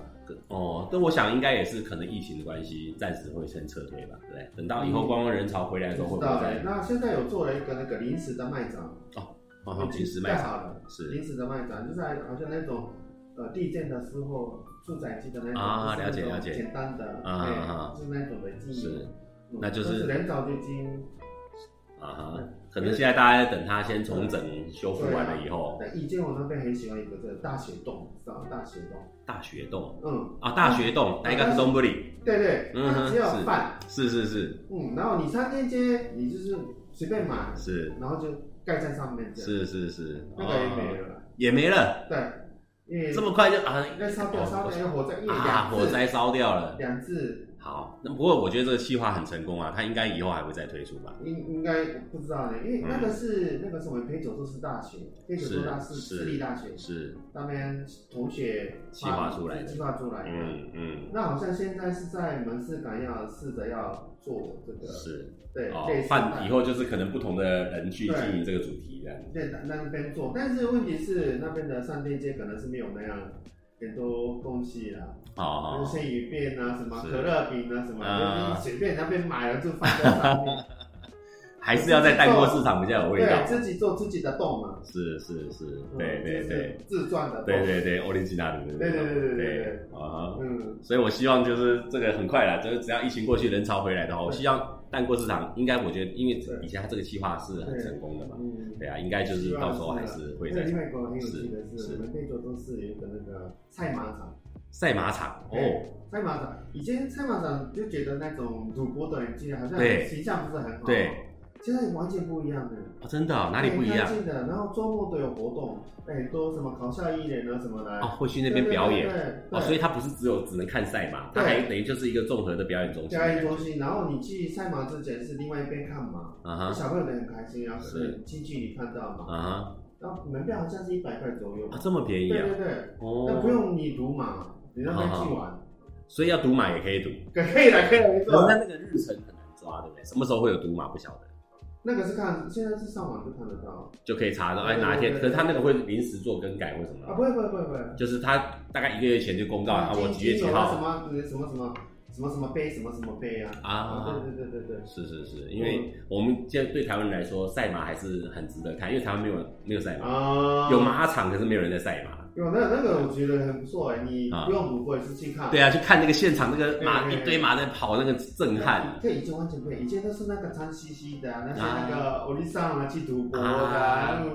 哦，但我想应该也是可能疫情的关系，暂时会先撤退吧，对不对？等到以后观光人潮回来的时候，会
不
不
知道
会
嘞。
再
那现在有做了一个那个临时的卖场，
哦好临时卖
盖
场？
好了，
是
临时的卖场就是好像那种呃地震的时候住宅区的那种，
啊
就是那
了
种
解了解
简单的，
啊
对
啊啊
就是那种的记忆，
是
嗯
那就是
但是人早就已经
啊哈，可能现在大家在等它先重整修复完了以后，
对以前我那边很喜欢一个这个大雪洞，知道吗大雪洞，
大学洞
嗯，
啊，大学洞，那应该是东部里，
对对，
嗯哼
它只有饭，
是是是
嗯，然后你商店街你就是随便买，
是
然后就盖在上面这样，
是是是，
那个也没
哦
了，
也没了，
对，因为
这么快就啊
那烧掉烧掉火灾，因为
啊，
两
火
次
灾烧掉了。
两次
好，那不过我觉得这个计划很成功啊，它应该以后还会再推出吧？
应应该不知道呢，因为
嗯
那个是那个是我们陪酒都是大学，陪酒都大
是
是
是
私立大学
是，
那边同学
计划出来的
计划出来的。
嗯嗯，
那好像现在是在门市港要试着要做这个，
是
对，
哦
类，似
换以
后
后就是可能不同的人去经营这个主题这样。
在那边做，但是问题是那边的商店街可能是没有那样很多东西啦，
好
就是
好，
生鱼片啊，什么
哦是
可乐饼啊，什
啊
么，就是你随便那边买了就放在上面，
还是要在淡过市场比较有 味道
对，。自己做自己的洞嘛，
是是是，
嗯
对对对，
就是自赚的洞，
对对对，欧林吉纳的，
对对对对对
对
对
啊。
嗯，
所以我希望就是这个很快啦，就是只要疫情过去，人潮回来的话，我希望淡过市场应该，我觉得因为以前它这个计划是很成功的嘛，
嗯，
对啊，应该就是到时候还是会
还有
再
另外一个很有趣的
是是
是，我们那座都是有一个那个菜马场。
赛马场哦，
赛马场，以前赛马场就觉得那种赌博的人，其实好像
对
形象不是很好。
对，
现在完全不一样的，
哦真的哦哪里不一
很
样
干净的，然后周末都有活动，很多什么搞笑艺人啊什么的。
哦？会去那边表演
对
哦，
对
所以它不是只有只能看赛马，它
对
还等于就是一个综合的表演中心的
嘉
感
义
觉。
中心，然后你去赛马之前是另外一边看嘛，
啊哈
小朋友也很开心啊，
是
可能近距离看到嘛，
啊哈，
然后门票好像是一百块左右
啊，
嘛
这么便宜
对
啊
对对，那不
哦，
用你赌马，你让他去玩，
所以要赌马也可以赌，
可以了可以了，没
哦
错
那那个日程很难抓，对不对？什么时候会有赌马不晓得，
那个是看现在是上网就看得到。
就可以查到哎
对对
哪一天，
对对
可是他那个会临时做更改或什
啊，
么
不
的，
会不会不会不会。
就是他大概一个月前就公告啊，我几月几
什
号
么什么什么什么什么杯什么什么杯啊？
啊。
对对对对对，
是是是，因为我们现在对台湾人来说，赛马还是很值得看，因为台湾没有没有赛马，
啊
有？马场，可是没有人在赛马。
有那那个我觉得很不错哎，你
啊
不用赌博也是去看。
对啊，去看那个现场那个马
对对
一
对
堆马在跑，那个震撼
对，以前完全不一样，以前都是那个脏兮兮的，啊那些那个欧丽桑啊去赌博的，
啊
然后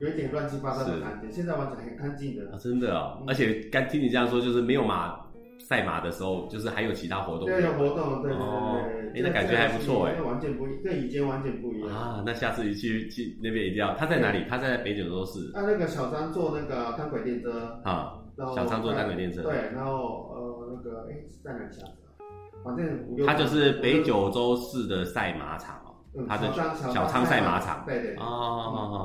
有一点乱七八糟
是
的感觉。现在完全很干净
啊
的，
真的哦
嗯！
而且刚听你这样说，就是没有马赛马的时候，就是还有其他活动
对，有活动，对
哦
对对
哎
对。
那感觉还不错哎
那完全不一，跟以前完全不一样。
啊。那下次你去去那边一定要，他在哪里？他在北九州市
啊那那个小张坐那个单轨电车，
啊，
然后
小张坐单轨电车
对，然后呃那个哎是在哪下车？反正五六。
他就是北九州市的赛马场哦。
嗯，
他的
小张
小仓
仓
赛马
马
场
对对，
哦哦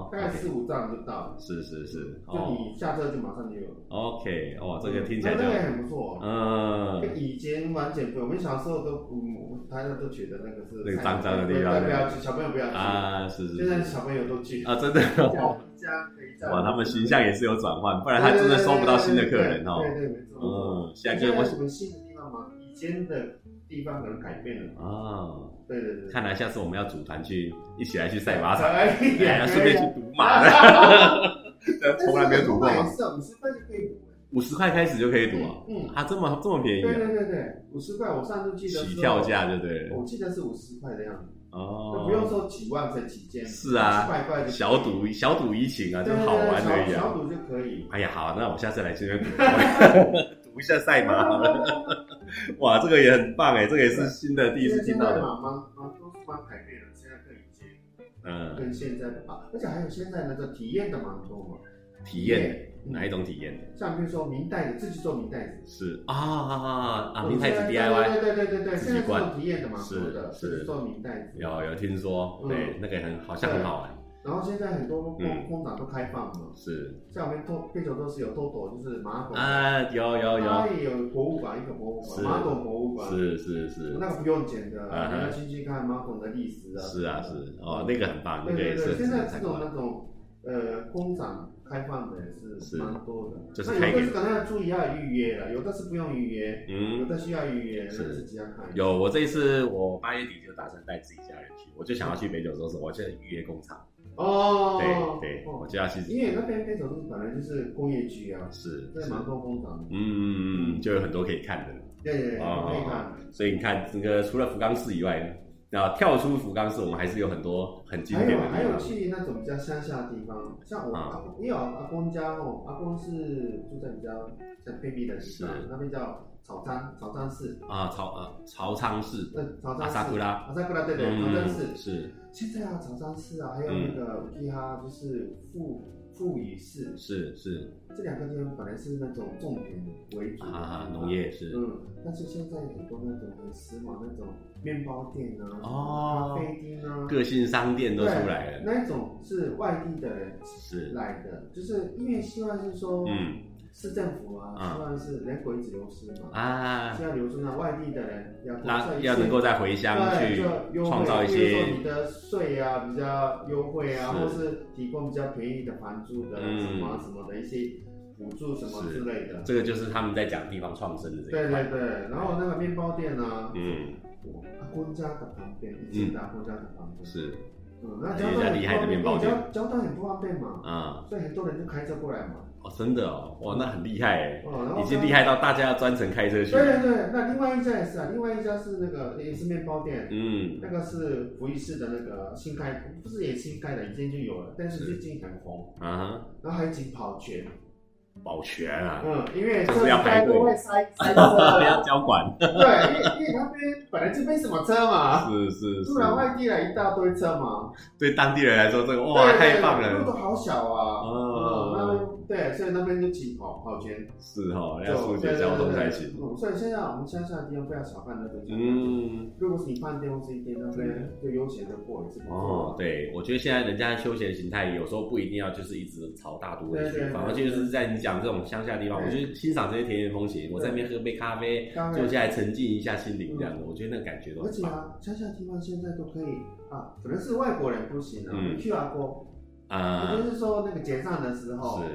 哦
大概
OK
四五站就到了，
是是是，
就
哦
你下车就马上就有了。嗯
，OK，哦，这个听起来
那
就
那个也很不错。
嗯
跟以前完全不一样，我们小时候都，嗯，大家都觉得那个是
那个脏脏的地方
对不要去，小朋友不要去。
啊，是是
现在
是
小朋友都去，
啊，真的
这
哦。
样这样可以这样
哇，他们形象也是有转换，不然他真的收不到新的客人哦。
对对，对对没错。
嗯，现在就是
什么新的地方吗？以前的地方可能改变了。
哦，
对对对，
看来下次我们要组团去一起来去赛马场，
哎
哎呀，
呀，
顺便去赌马，从来没有赌过
但
吗？
是那个五十块就可
五十
以赌了。
块开始就可以赌啊？
嗯，
啊，这么这么便宜
对
啊？
对对对，五十块，我上次记得
起
说
跳价就对了。
我记得是五十块的样子，
哦
就，不用说几万在期间，
是啊
几块块就
小赌一小赌怡情啊，
对
就
对对
好玩而已
小
啊
小。赌就可以。
哎呀，好，那我下次来这边 赌，赌一下赛马 好
哦
了。哇，这个也很棒哎，这个也是新的，第一次听到
现在
的。
蛮蛮蛮都是蛮改变了，现在更以前
嗯，
跟现在的吧，而且还有现在那个体验的蛮多嘛，
体验
嗯
哪一种体验？
像比如说明代的自己做明袋子。
是啊啊啊，
我
明
们
太子
现
DIY
在哦对对对对对对，
自己
现在这
灌
种体验的蛮
是
多的，
是
自己做明袋子。
有有听说，对，
嗯
那个也很好像很好玩，
然后现在很多
嗯
工工厂都开放了，
是
像我们豆贝球都是有豆豆，就是麻豆，
啊，有有
它
有，
也有博物馆，一个博物
是
馆，麻豆博物馆，
是是是
那个不用钱的，
嗯哼
你要进去看麻豆的历史啊。
是啊是哦，那个很棒，那
对
个也
对对，
是
现在这
参
种
观
那种呃工厂开放的也
是
是蛮多的，
就是
那
开
有的
给
是可能要注意要预约了，有的是不用预约，有
嗯。
的需要预约，
是
那自己要看。
有，我这一次我八月底就打算带自己家人去，我就想要去美酒周所，我就预约工厂，
哦，
对对，
哦
我就要去，
因为那边非洲是本来就是工业区啊，
是
那
是，
蛮多工厂的，
嗯，嗯嗯就有很多可以看的，
对对对，
哦
可以看。
所以你看，这个除了福冈市以外，那跳出福冈市，我们还是有很多很经
还
典
有
的地
还有
方。
去那种比较乡下的地方，像我
啊
阿公，因为我阿公家哦，阿公是住在比较像偏僻的地方
是，
那边叫草仓草仓市，
啊，朝呃朝仓市，
那草仓市
阿萨库拉嗯
阿萨库拉对对，草仓市。
是嗯
现在啊，草仓市啊，还有那个乌基哈，就是富富裕市，
是是
这两个地方本来是那种种田为主的
啊，
地方
农。业是
嗯，但是现在很多那种很时髦那种面包店啊，
哦
咖啡厅啊，
个性商店都出来
对
了，
那一种是外地的人
是
来的，就是因为希望是说，
嗯，
市政府啊，
嗯
希望是人口一直流失嘛，
啊
希，望流失呢，外地的人要
那
多
要能够再回乡
对
去
就优惠
创造一
比如说
些
你的税啊比较优惠啊，
是
或是提供比较便宜的房租的
嗯
什么什么的一些补助什么
是
之类的。
这个就是他们在讲地方创生的这
对
一
对
块。
对，然后那个面包店啊，
嗯，
我阿公家的旁边，以前的阿公家的旁边，
是
嗯，那
哎
交
那
通
厉害的面
很
包
不方
店
便，交交通很不方便嘛，
啊，
所以很多人就开车过来嘛。
哦，真的哦，哇，那很厉害哎，
哦，然后
已经
呢
厉。害到大家要专程开车去。
对对对，那另外一家也是啊，另外一家是那个也是面包店，
嗯，
那个是福义市的那个新开，不是也新开的，以前就有了，但是
是
最近很红，
啊哈，
然后还请跑全，
保全啊，
嗯，因为
就
车
是
子
要排
开
队
都会塞塞
要
车，
交管，
对，因为因为那边本来就没什么车嘛，
是是是
突，然外地来一大堆车嘛，
对当地人来说，这个哇
对对
太棒
路
了
都好小啊，嗯，那
哦，
边对，所以那边就请跑跑全，
是哦，要疏
就
解
对对
交通
对
才
对，
行。
嗯，所以现在我们乡下的地方不要小看那个交通。
嗯，
如果是你饭店或是一天那边就悠闲的过也是不
哦
错，。
对，我觉得现在人家休闲形态有时候不一定要就是一直朝大都会去
对，对对
反而就是在你讲这种乡下地方，
对
我觉得欣赏这些田园风情，我在那边喝杯咖啡，
当
坐
然，
下来沉浸一下心灵这样子，我觉得那个感觉都
而
很
且
棒
啊，乡下地方现在都可以啊，可能是外国人不行啊
嗯
，QR code，
啊
也，就是说那个结账的时候，
是。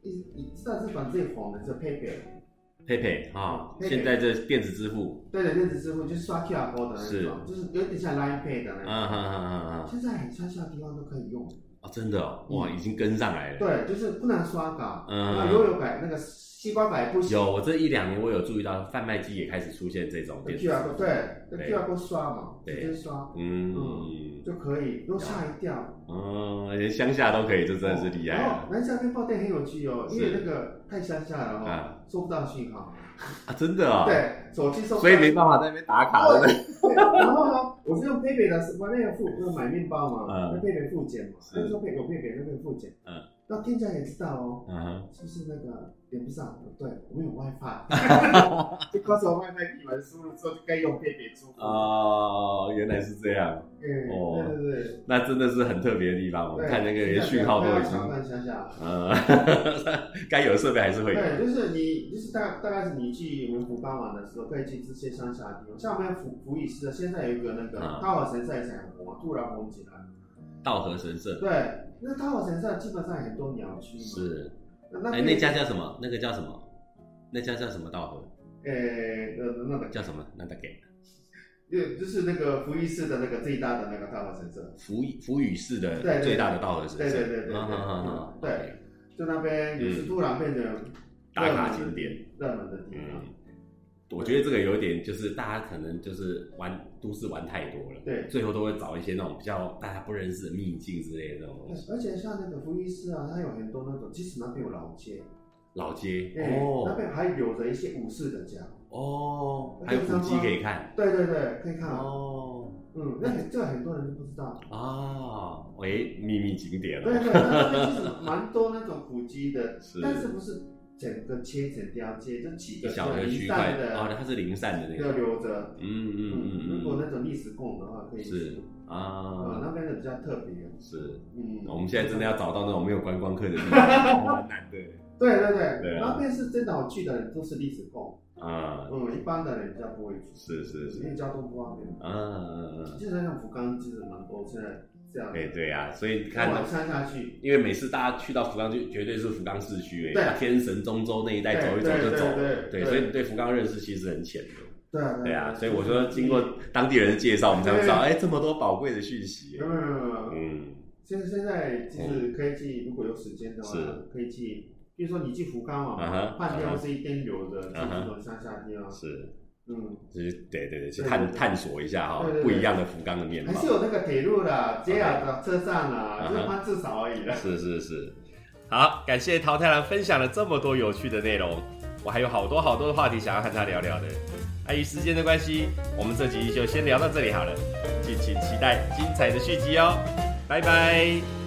你你知道日本最红的是 PayPal，
佩佩哈，
PayPay
现在这电子支付，
对的，电子支付就是刷 QR code 的那种，就是有点像 Line Pay 的那种。
啊哈哈哈哈，
现在很乡下地方都可以用，
哦，真的哦，哇，
嗯
已经跟上来了。
对，就是不能刷卡，
嗯
那悠游卡那个西瓜卡也不行，
有，我这一两年我有注意到贩卖机也开始出现这种
那
电子支
QR code
付，
对，啊那
对
QR code 刷嘛，
对
直接刷
嗯，
就可以，都吓一跳。
哦，连乡下都可以，这真的是厉害啊了，
哦南下面报店很有趣哦，
是
因为那个太乡下了
啊
哦，收不到讯号，
啊，真的啊，，
对，手机收不到，
所以没办法在那边打卡了。
对。然后呢，我是用 PayPay 的，我那个付那个买面包嘛，
嗯
那 PayPay 付钱嘛，
是
那时候 PayPay 有 PayPay 那边付钱，
嗯，
那店家也知道哦。
嗯哼，
是不是那个连不上？不对，我们有 WiFi，就告诉我 WiFi 密码输入之后就该用 PayPay 支付。
哦，原来是这样，
嗯，
哦
对对对，
那真的是很特别的地方。我哦
对
看那个连讯号都已经
不要，小看乡下。
呃， 该有的设备还是会有。
对，就是你，就是大大概是你去我们福冈玩的时候，可以去这些乡下的地方，像我们福福井市的，现在有一个那个
啊
大好神社也是很红啊，突然红起来。
道和神社
对，那大好神社基本上很多鸟居嘛。。
是，
那那
哎，
边
那家叫什么？那个叫什么？那家叫什么道和？
呃呃那个
叫什么？那大概
对，就是那个福伊市的那个最大的那个大和神社，
福福宇市
对
的
对
最大的道的神
对
社
对对对，
啊啊啊啊
对，对，就那边也是突然变成
打
热
卡嗯
门
景点，
热门的地方。
嗯，我觉得这个有点就是大家可能就是玩都市玩太多了，
对
最后都会找一些那种比较大家不认识的秘境之类的那种东西。
而且像那个福伊市啊，它有很多那种，即使那边有老街，
哦老街
哎，那
哦
边还有着一些武士的家。
哦，还有古迹可以看
对对对，可以看哦。
哦
嗯，那很这很多人都不知 道。
啊，喂，秘密景点
对
哦，
对，那边其实蛮多那种古迹 的，
是
但是不是整个切整条街，就几
一
个
小的
零
区块
散
哦，
的
它是零散的那
要
个，
留着。
嗯嗯
嗯，如
嗯
果
嗯
那种历史贡的话，可以
是
去。啊，
啊
那边的比较特别。
是，
嗯，
我们现在真的要找到那种没有观光客的地方，蛮难的
对对对，
对啊
那边是真的好去的人都是历史控，
啊，
嗯，一般的人比较不会去，
是是
因为
是
交通不方便。
啊，嗯嗯
其实像福冈其实蛮多，现在这样，
哎对啊，所以看
晚上下去，
因为每次大家去到福冈，就绝对是福冈市区、
对
哎，天神、中州那一带走一走就走了，
对
对，所以你对福冈认识其实很浅的，
对啊
对啊，所以我说经过当地人的介绍，我们才会知道，哎，这么多宝贵的讯息
没，有没有没有没有，
嗯，
现在现在就是可以去，如果有时间的话
是，
可以去，比如说你去福哦冈
嗯
嘛，
哼嗯
半雕
哼
是一边有的，就是
嗯哼
那种乡下地方，
是，
嗯，
就是对对对，去
对
探
对对
探索一下哈、
对对对
不一样的福冈的面
还
貌
是，有那个铁路啦、JR
啊
的啊车站啦，
嗯哼
就是换至少而已啦。
是是是，好，感谢桃太郎分享了这么多有趣的内容，我还有好多好多的话题想要和他聊聊的。碍于时间的关系，我们这集就先聊到这里好了，敬请期待精彩的续集哦，拜拜。